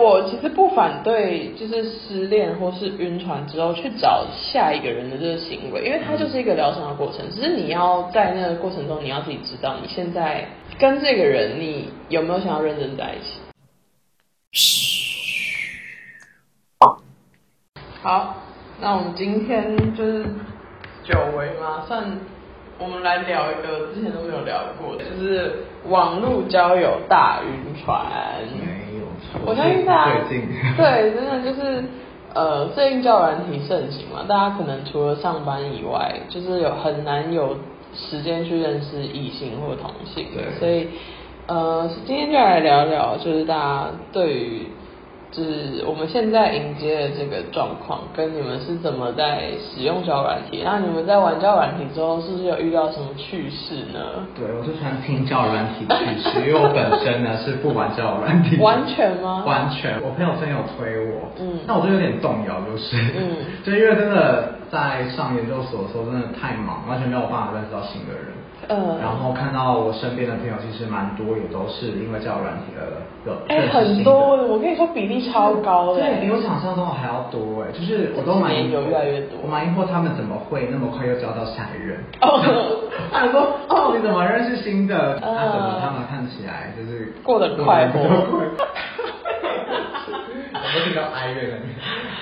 我其实不反对，就是失恋或是晕船之后去找下一个人的这个行为，因为它就是一个疗伤的过程。只是你要在那个过程中，你要自己知道你现在跟这个人，你有没有想要认真在一起。好，那我们今天就是久违嘛，算我们来聊一个之前都没有聊过的，就是网络交友大晕船。没有错，我相信大家最近对，真的就是呃，最近交友软体盛行嘛，大家可能除了上班以外，就是有很难有时间去认识异性或同性，对所以呃，今天就来聊聊，就是大家对于就是我们现在迎接的这个状况，跟你们是怎么在使用交友软体？那你们在玩交友软体之后，是不是有遇到什么趣事呢？对，我是穿听教软体去世，因为我本身呢是不玩教软体的，完全吗完全，我朋友真有推我，嗯那我就有点动摇，就是，嗯 就因为真的在上研究所的时候真的太忙，完全没有办法认识到新的人，嗯然后看到我身边的朋友其实蛮多，也都是因为教软体而有哎、认识很新的多，哎我跟你说比例超高的、对，比我想象中的还要多哎，就是我都蛮疑惑有越来越多我蛮疑惑他们怎么会那么快又交到下一任。哦， 他们说哦，你怎么认识新的？那、嗯怎么他们看起来就是过得很快活过得很快活我都比较哀怨的，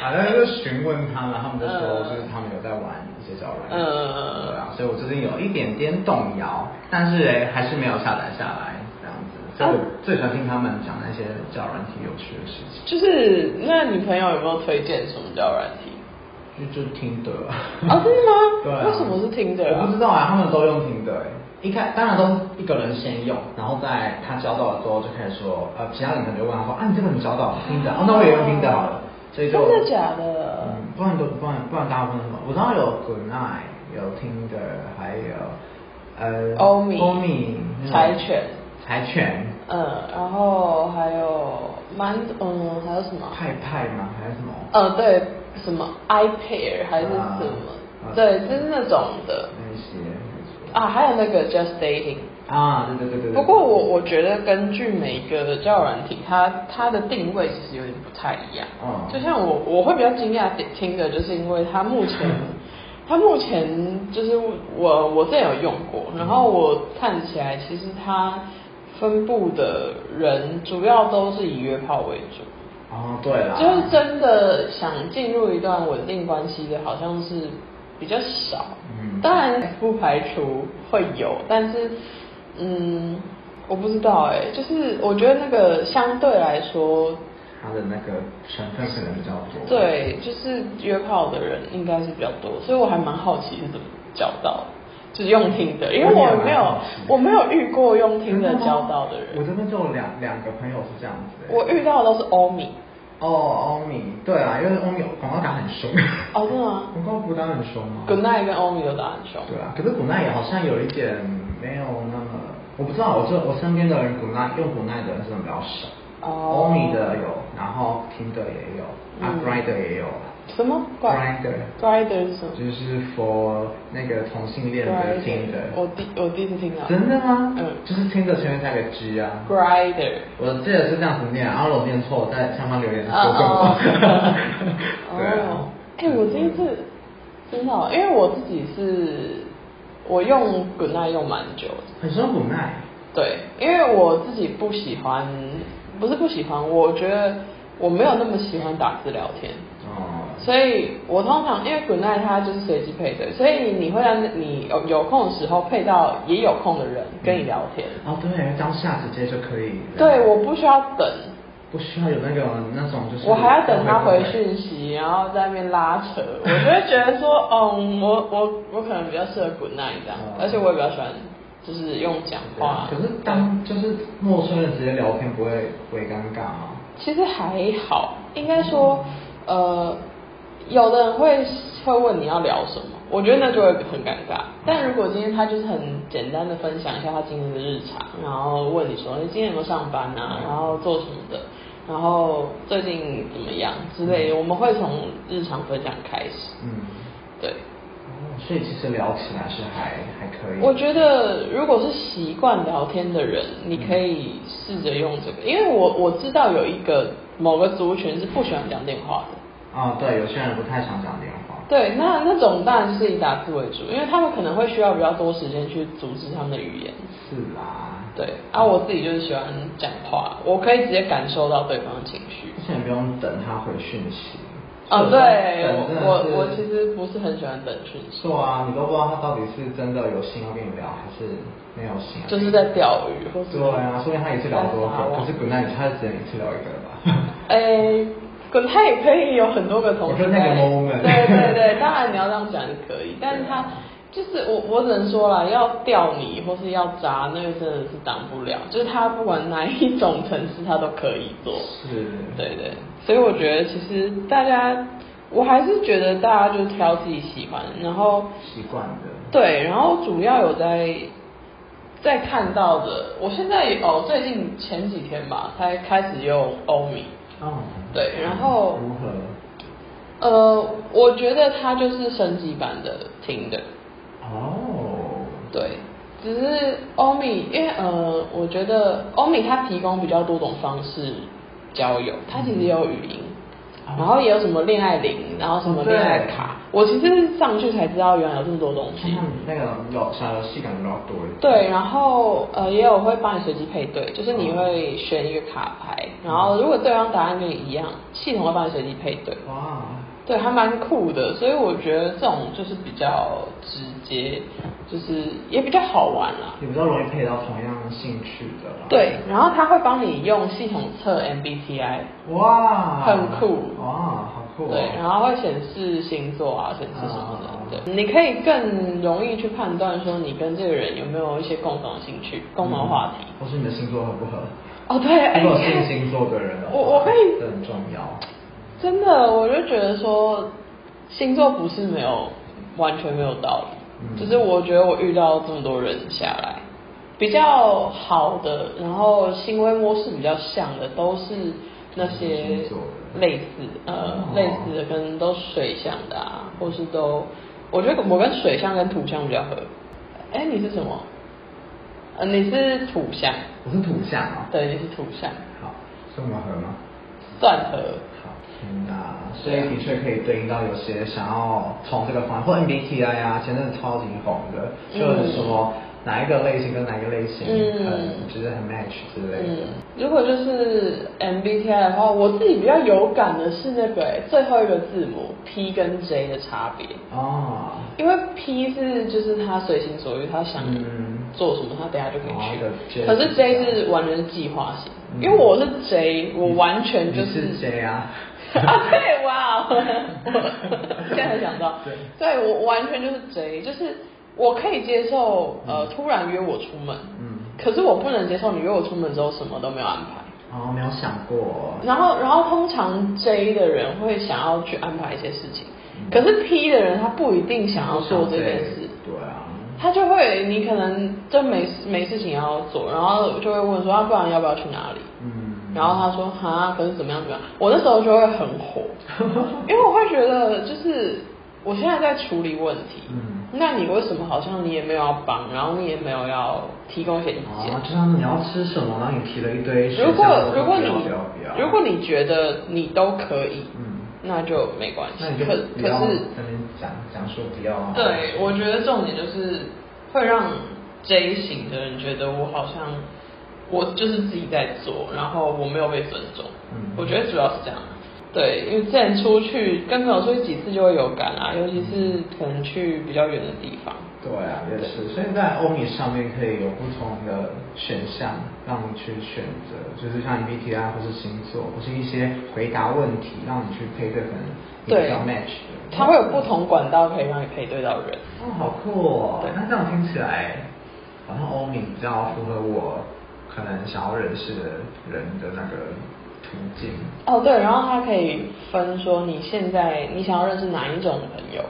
反正就询问他们，他们就说嗯就是他们有在玩一些交友软件，嗯对啊，所以我最近有一点点动摇，但是哎还是没有下载下来这样子。所以我最喜欢听他们讲那些交友软体有趣的事情。就是那女朋友有没有推荐什么交友软体？就就听得啊哦真的吗 对啊。为什么是听得啊我不知道啊，他们都用听得哎、一开当然都是一个人先用，然后在他交到了之后就开始说，呃，其他人可能就问他说，啊，你这个你交到听得，哦，那我也用听得好了，所以就啊真的假的嗯，不然都不然不然大部分什么，我知道有 Good Night，有听得，还有呃欧米欧米那种柴犬柴犬嗯，然后还有蛮嗯，还有什么？派派吗？还是什么？呃，对，什么 iPair 还是什么？啊对，就是那种的那些没错啊，还有那个 Just Dating。啊，对对对对对。不过我我觉得根据每个交友软体，它它的定位其实有点不太一样。嗯就像我我会比较惊讶地听的，就是因为它 目前它目前就是我我之前有用过，然后嗯我看起来其实它分布的人主要都是以约炮为主。哦，对啦，就是真的想进入一段稳定关系的，好像是比较少。嗯当然不排除会有，但是嗯，我不知道哎、就是我觉得那个相对来说，它的那个成分可能比较多。，对，就是约炮的人应该是比较多，所以我还蛮好奇是怎么交到的，就是用听的，因为我也我蛮没有好奇的我没有遇过用听真的的吗交到的人，我这边就有两两个朋友是这样子、欸。我遇到的都是欧米。哦，欧米，对啦，因为欧米广告打很凶。哦真的吗广告不打很凶吗？ Good night 跟欧米都打很凶，对啊，可是古奈也好像有一点没有那么，我不知道，我这我身边的人古奈用古奈的人真的比较少。哦欧米的有，然后听的也有，啊嗯 Grinder 也有，什么 Grinder grinder 是什么？就是 for 那个同性恋的 Grider 听的。我第我第一次听到。真的吗？嗯就是听着前面加个 G 啊。 grinder。我记得是这样子念，然后我念错，在下方留言说给哦我。 对啊嗯哦。。哎，我第一次真的哦，因为我自己是我用 Good Night 用蛮久的，很说古奈，对，因为我自己不喜欢，不是不喜欢，我觉得我没有那么喜欢打字聊天。哦，所以我通常因为 Good Night 它就是随机配对，所以你会让你有有空的时候配到也有空的人跟你聊天。哦对，当下直接就可以。对，我不需要等，不需要有那个那种就是。我还要等他回。讯息，然后在那边拉扯，我就会觉得 说，嗯，我我我可能比较适合 good night 这样哦，而且我也比较喜欢就是用讲对话啊。可是当就是陌生人直接聊天，不会不会尴尬啊吗？其实还好，应该说，呃，有的人会会问你要聊什么，我觉得那就会很尴尬。但如果今天他就是很简单的分享一下他今天的日常，然后问你说你哎今天有没有上班啊，嗯然后做什么的，然后最近怎么样之类的，我们会从日常分享开始。嗯。对，所以其实聊起来是还还可以。我觉得如果是习惯聊天的人，你可以试着用这个，因为我我知道有一个某个族群是不喜欢讲电话的。啊、对，有些人不太想讲电话。对，那那种当然是以打字为主，因为他们可能会需要比较多时间去组织他们的语言。是啦。对，啊，我自己就是喜欢讲话，我可以直接感受到对方的情绪。而且不用等他回讯息。啊，对等真的我我我是其实不是很喜欢等讯息，错啊，你都不知道他到底是真的有心要跟你聊，还是没有心要就跟是你聊。在钓鱼或是对啊，说明他一次聊多个，可是滚蛋，他只能一次聊一个吧？诶，滚他也哎可以有很多个同我学说那个在 moment 对对对，当然你要这样讲也可以，但是他就是我，我只能说啦，要钓你或是要砸，那个真的是挡不了，就是他不管哪一种城市，他都可以做。是，对对，所以我觉得其实大家，我还是觉得大家就挑自己喜欢，然后习惯的。对，然后主要有在在看到的，我现在也哦，最近前几天吧，才开始用欧米，哦，对，然后如何？呃，我觉得它就是升级版的听的，哦，对，只是欧米，因为呃，我觉得欧米它提供比较多种方式交友，它其实也有语音，哦然后也有什么恋爱铃，然后什么恋爱卡，我其实上去才知道原来有这么多东西。像那个有小游戏感觉比较多一点。对，然后呃也有会帮你随机配对，就是你会选一个卡牌，然后如果对方答案跟你一样，系统会帮你随机配对。哇，对，还蛮酷的，所以我觉得这种就是比较直接，就是也比较好玩啦。你比较容易配到同样兴趣的啦。对，，然后他会帮你用系统测 MBTI，哇，很酷啊哇，好酷、哦。对，然后会显示星座啊，显示什么啊的，对，你可以更容易去判断说你跟这个人有没有一些共同的兴趣、共同的话题。嗯或是你的星座合不合？哦，对，哎如，果是星座的人的话，我我可以这很重要。真的，我就觉得说，星座不是没有完全没有道理，嗯只是我觉得我遇到这么多人下来，比较好的，然后行为模式比较像的，都是那些星座的类似呃、哦类似的，跟都水象的啊，或是都，我觉得我跟水象跟土象比较合。哎，你是什么？呃，你是土象，我是土象啊。对，你是土象，好，所以我们合吗？算合。好，天哪！所啊以的确可以对应到有些想要从这个方向，或 MBTI 啊，前阵子超级红的，嗯就是说哪一个类型跟哪一个类型嗯很就是很 match 之类的嗯。，如果就是 MBTI 的话，我自己比较有感的是那个、欸、最后一个字母 P 跟 J 的差别，哦，因为 P 是就是他随心所欲，他想嗯做什么，他等下就可以哦去。对可是 J J 是完全是计划型，嗯因为我是 J，我完全就你是 J 啊。 啊，对，哇， 我现在才想到，对对我完全就是 J，就是我可以接受呃突然约我出门，嗯可是我不能接受你约我出门之后什么都没有安排。哦，没有想过。然后，然后通常 J 的人会想要去安排一些事情，嗯可是 P 的人他不一定想要做这件事，对啊。他就会你可能就没事没事情要做，然后就会问说，啊、不然要不要去哪里？嗯。然后他说哈，可是怎么样怎么样？我那时候就会很火， 因为我会觉得就是我现在在处理问题，嗯那你为什么好像你也没有要帮，然后你也没有要提供一些意见？哦，就像你要吃什么，然后你提了一堆选如果项，然后如果你不要不要不要如果你觉得你都可以，嗯那就没关系那你。就可不可要是，在那边讲讲说不要啊。对，我觉得重点就是会让 J 型的人觉得我好像我就是自己在做，然后我没有被尊重。嗯我觉得主要是这样。对，因为之前出去跟朋友出去几次就会有感啊，尤其是可能去比较远的地方。嗯对啊，也是，所以在欧米上面可以有不同的选项让你去选择，就是像 MBTI 或是星座，或是一些回答问题让你去配对，可能你比对较 match 的。它会有不同管道可以让你配对到人。哦，好酷哦！对那这样听起来，好像欧米比较符合我可能想要认识的人的那个途径。哦，对，然后它可以分说你现在你想要认识哪一种朋友，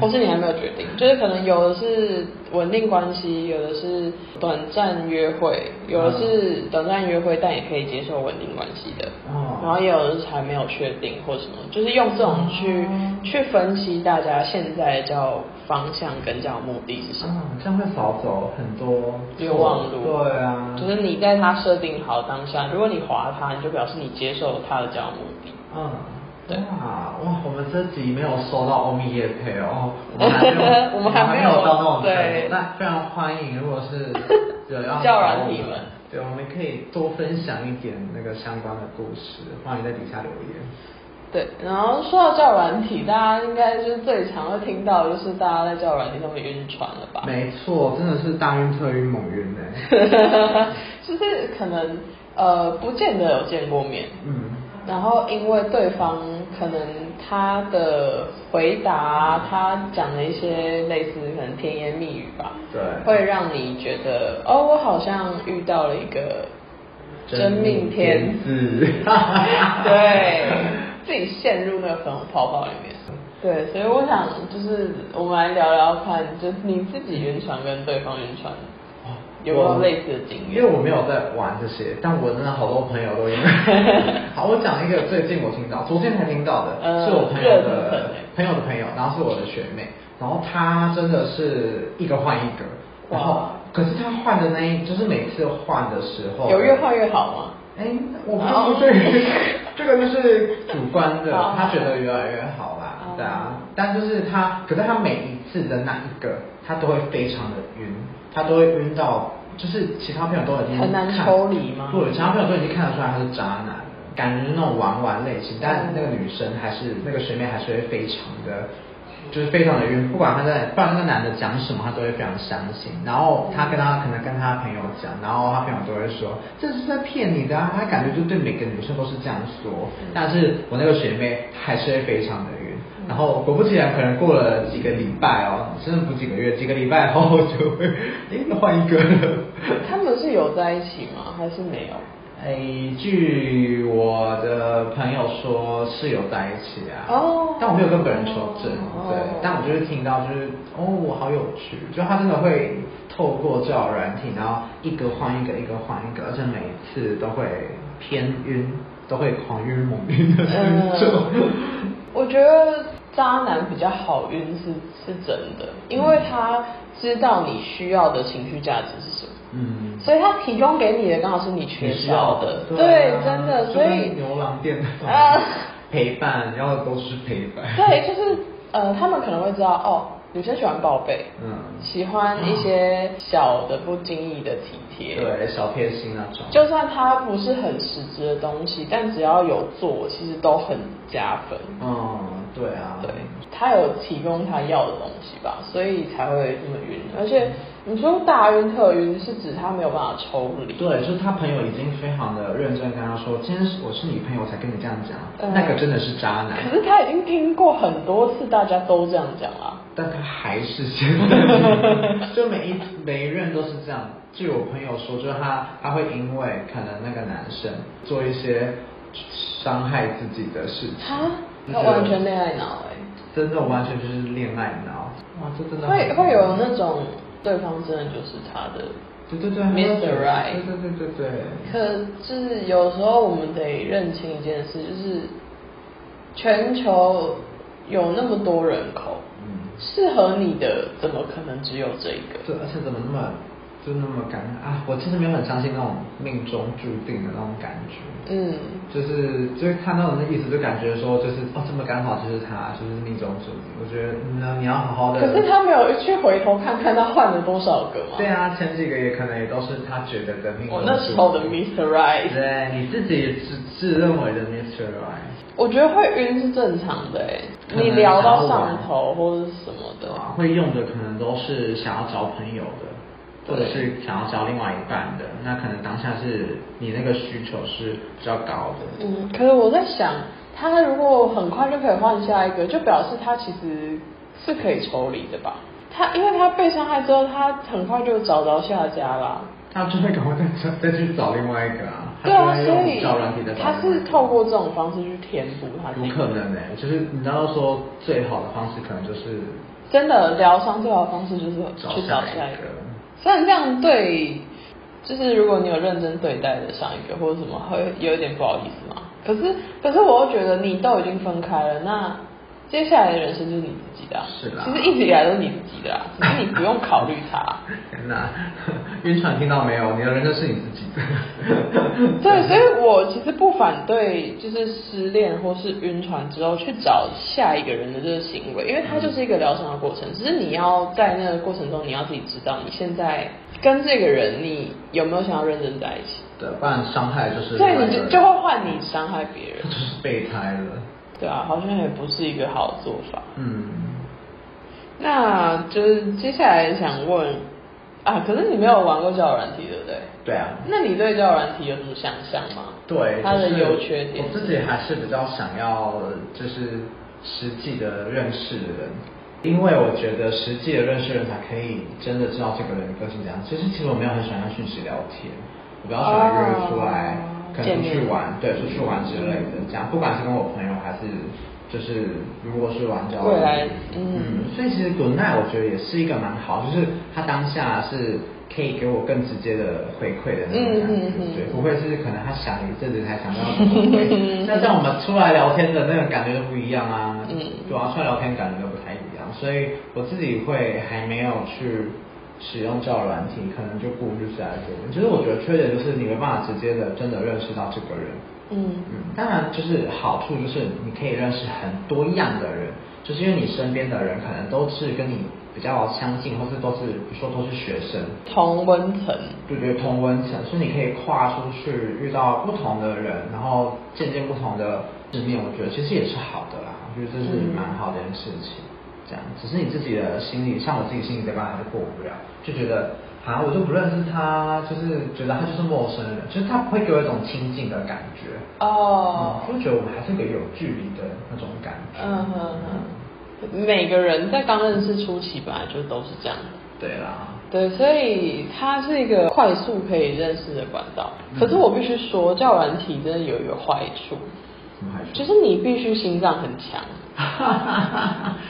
或是你还没有决定，就是可能有的是稳定关系，有的是短暂约会，有的是短暂约会但也可以接受稳定关系的，嗯哦然后也有的是还没有确定或什么，就是用这种去、哦去分析大家现在叫方向跟叫目的是什么。啊，这样会少走很多冤枉路，嗯对啊，就是你在他设定好当下，如果你划他，你就表示你接受他的交易目的。嗯，对哇哇，我们这集没有收到欧米叶配哦， 我们还没有，我们还没没有到那种程对度，那非常欢迎，如果是有要叫找软我体们们，对，我们可以多分享一点那个相关的故事，欢迎在底下留言。对，然后说到叫软体，大家应该就是最常会听到，就是大家在叫软体上面晕船了吧？没错，真的是大晕特晕猛晕呢。 就是可能呃，不见得有见过面，嗯，然后因为对方可能他的回答，他讲的一些类似可能甜言蜜语吧，对会让你觉得哦，我好像遇到了一个真命天子，子 对，自己陷入那个粉红泡泡里面。对，所以我想就是我们来聊聊看，就是你自己晕船跟对方晕船有没有类似的经因为验？我没有在玩这些，但我真的好多朋友都 因为。好，我讲一个最近我听到，昨天才听到的，嗯是我朋友热腾腾的欸朋友的朋友，然后是我的学妹，然后她真的是一个换一个，然后哇可是她换的那一，就是每次换的时候，有越换越好吗？哎，我不知道这个 是这个就是主观的好，他觉得越来越哦好啦，对啊。但就是他，可是他每一次的那一个，他都会非常的晕，他都会晕到，就是其他朋友都已经很难看抽离吗对，其他朋友都已经看得出来他是渣男了，感觉是那种玩玩类型，但那个女生还是那个学妹还是会非常的。就是非常的晕，不管他在，不管那个男的讲什么，他都会非常相信。然后他跟他可能跟他朋友讲，然后他朋友都会说这是在骗你的、啊，他感觉就对每个女生都是这样说。但是我那个学妹还是会非常的晕。然后果不其然，可能过了几个礼拜哦，甚至不几个月，几个礼拜后就会，哎，又换一个了。 他们是有在一起吗？还是没有？哎，据我的朋友说是有在一起啊，哦但我没有跟本人求证，哦对，但我就是听到就是哦，好有趣，就他真的会透过交友软体，然后一个换一个，一个换一个，而且每一次都会偏晕，都会狂晕猛晕嗯的那 种，我觉得渣男比较好晕是是真的，因为他知道你需要的情绪价值是什么。嗯，所以他提供给你的刚好是你缺你需少要的，对啊，真的，就所跟以牛郎店那种啊陪伴，要的都是陪伴， 对，就是呃，他们可能会知道哦，女生喜欢宝贝，嗯，喜欢一些小的不经意的体贴，对，小贴心那种，就算它不是很实质的东西，但只要有做，其实都很加分。嗯，对啊，对，他有提供他要的东西吧，所以才会这么晕。而且你说大晕特晕，是指他没有办法抽离。对，就是他朋友已经非常的认真跟他说，今天是我是你朋友，我才跟你这样讲，嗯那个真的是渣男可，是他已经听过很多次，大家都这样讲啦。但他还是先 问，就每一每一任都是这样。据我朋友说，就是他他会因为可能那个男生做一些伤害自己的事哈情，，他完全恋爱脑哎、真的完全就是恋爱脑，哇，这真的会很会有那种对方真的就是他的，对对对 Mr. Right 对对对对对，可是有时候我们得认清一件事，就是全球有那么多人口，嗯。适合你的怎么可能只有这一个？对，而且怎么那么就那么感觉啊？我其实没有很相信那种命中注定的那种感觉，嗯，就是就是看到人的意思，就感觉说就是哦，这么刚好就是他，就是命中注定。我觉得嗯，你要好好的。可是他没有去回头看看他换了多少个嘛？对啊，前几个也可能也都是他觉得的命中我哦注定。那时候的 Mr. Right，对，你自己也自自认为的 Mr. Right，我觉得会晕是正常的哎、可能你聊到想要玩上头或者是什么的对，吧？会用的可能都是想要找朋友的。或者是想要找另外一半的，那可能当下是你那个需求是比较高的，嗯，可是我在想，他如果很快就可以换下一个，就表示他其实是可以抽离的吧？他因为他被伤害之后，他很快就找着下家啦。他就会赶快再再去找另外一个啊。它对就啊，会所用以找软体的他方是式透过这种方式去填补他自不己。可能呢、欸就是你知道说最好的方式可能就是 真的疗伤最好的方式就是去找下下一一个。个。虽然这样对，就是如果你有认真对待的上一个或者什么，会有一点不好意思嘛。可是，可是我又觉得你都已经分开了，那接下来的人生就是你自己的、啊。是啦其实一直以来都是你自己的啊，只是你不用考虑他、天哪， 晕船听到没有？你的人生是你自己的。 对，所以我其实不反对，就是失恋或是晕船之后去找下一个人的这个行为，因为它就是一个疗伤的过程。只是你要在那个过程中，你要自己知道你现在跟这个人，你有没有想要认真在一起。对，不然伤害就是对，另外你一就个就人会换你伤害别人 就。是备胎了。对啊，好像也不是一个好的做法。嗯，那就是接下来想问啊，可是你没有玩过交友软体，对不对？对啊。那你对交友软体有什么想象吗？对，它的就是优缺点我自己还是比较想要就是实际的认识人，因为我觉得实际的认识人才可以真的知道这个人个性怎样。其实其实我没有很喜欢用讯息聊天，我比较喜欢约出来，哦可能见出去面玩，对，出去玩之类的，这样不管是跟我朋友还是。就是如果是玩交友未来软体嗯嗯，所以其实 Good Night 我觉得也是一个蛮好，就是他当下是可以给我更直接的回馈的那嗯种感觉，嗯嗯对，不会是可能他想了一阵子 才想到怎么回，那像我们出来聊天的那个感觉就不一样啊，嗯对啊，出来聊天感觉都不太一样，所以我自己会还没有去使用交友软体，可能就顾虑这来这个。其实我觉得缺点就是你没办法直接的真的认识到这个人，嗯嗯，当然就是好处就是你可以认识很多样的人，就是因为你身边的人可能都是跟你比较相近，或是都是比如说都是学生，同温层。对对，同温层，所以你可以跨出去遇到不同的人，然后见见不同的世面，我觉得其实也是好的啦，我觉得这是蛮好的一件事情。这样，只是你自己的心里，像我自己心里这关还是过不了，就觉得啊，我就不认识他，就是觉得他就是陌生人，就是他不会给我一种亲近的感觉。哦，嗯就觉得我们还是个有距离的那种感觉。嗯哼哼，每个人在刚认识初期本来就都是这样的。对啦，对，所以它是一个快速可以认识的管道。可是我必须说，教软体真的有一个坏处，什么还就是你必须心脏很强。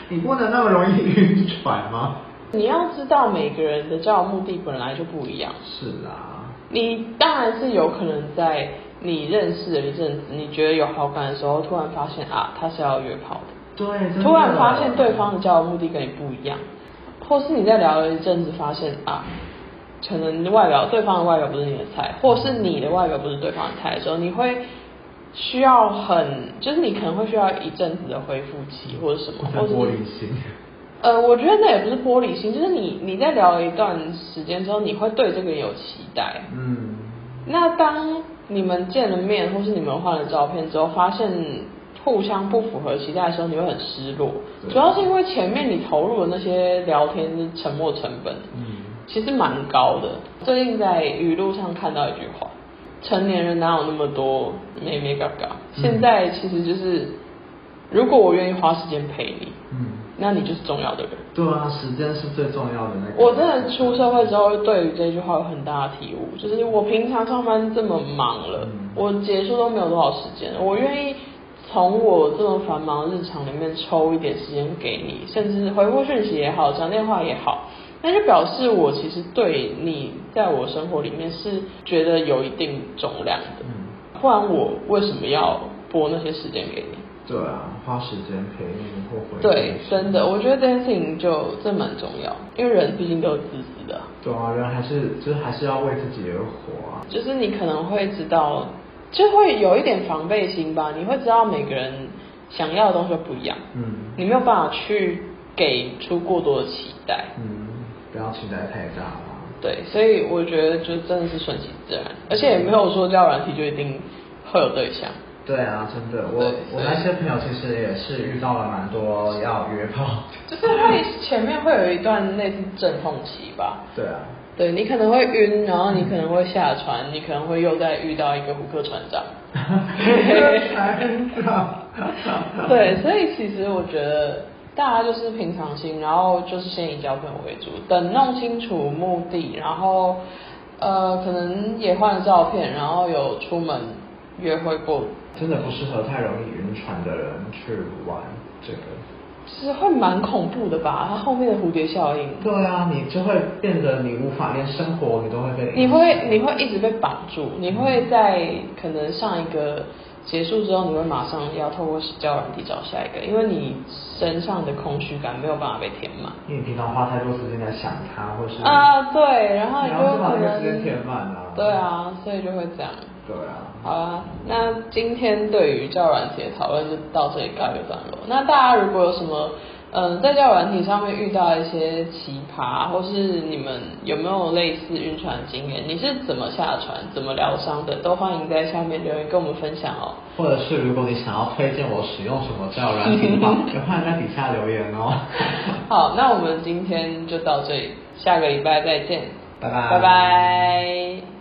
你不能那么容易晕船吗？你要知道，每个人的教育目的本来就不一样。是啊，你当然是有可能在你认识了一阵子，你觉得有好感的时候，突然发现啊，他是要约炮的。对，真的突然发现对方的交友目的跟你不一样，或是你在聊了一阵子发现啊，可能外表对方的外表不是你的菜，或是你的外表不是对方的菜的时候，你会需要很，就是你可能会需要一阵子的恢复期或者什么，我才或是玻璃 心。呃，我觉得那也不是玻璃心，就是你你在聊了一段时间之后，你会对这个人有期待，嗯，那当你们见了面，或是你们换了照片之后，发现互相不符合期待的时候，你会很失落。对主要是因为前面你投入的那些聊天沉没成本，嗯，其实蛮高的。最近在语录上看到一句话：成年人哪有那么多妹妹嘎嘎？嗯现在其实就是，如果我愿意花时间陪你，嗯，那你就是重要的人。对啊，时间是最重要的那个。我真的出社会之后，对于这句话有很大的体悟，就是我平常上班这么忙了嗯，我结束都没有多少时间，我愿意从我这么繁忙的日常里面抽一点时间给你，甚至回复讯息也好，讲电话也好，那就表示我其实对你在我生活里面是觉得有一定重量的，嗯，不然我为什么要拨那些时间给你？对啊，花时间陪你或回忆对，真的，我觉得这件事情就这蛮重要，因为人毕竟都是自私的啊。对啊，人还是就是还是要为自己而活啊。就是你可能会知道，就会有一点防备心吧。你会知道每个人想要的东西都不一样，嗯你没有办法去给出过多的期待。嗯，不要期待太大啊了。对，所以我觉得就真的是顺其自然，而且也没有说交友软体就一定会有对象。对啊，真的，我对所我以那些朋友其实也是遇到了蛮多要约 炮。就是会前面会有一段类似阵痛期吧，对 啊，对你可能会晕，然后你可能会下船，你可能会又再遇到一个胡克船长， 对，所以其实我觉得大家就是平常心，然后就是先以交朋友为主，等弄清楚目的，然后呃，可能也换了照片，然后有出门约会过，真的不适合太容易晕船的人去玩这个。其实会蛮恐怖的吧？它后面的蝴蝶效应，对啊，你就会变得你无法连生活你都会被你会你会一直被绑住，你会在可能上一个结束之后，你会马上要透过交友软体找下一个，因为你身上的空虚感没有办法被填满。因为你平常花太多时间在想他，或是啊，对，然后你然就后就把可那个能时间填满了。对，啊，所以就会这样。对啊。好啦，那今天对于交友软体的讨论就到这里告一个段落。那大家如果有什么，嗯、在交友软体上面遇到一些奇葩，或是你们有没有类似晕船的经验？你是怎么下船、怎么疗伤的？都欢迎在下面留言跟我们分享哦。或者是如果你想要推荐我使用什么交友软 体的话，也欢迎在底下留言哦。好，那我们今天就到这里，下个礼拜再见，拜拜。拜拜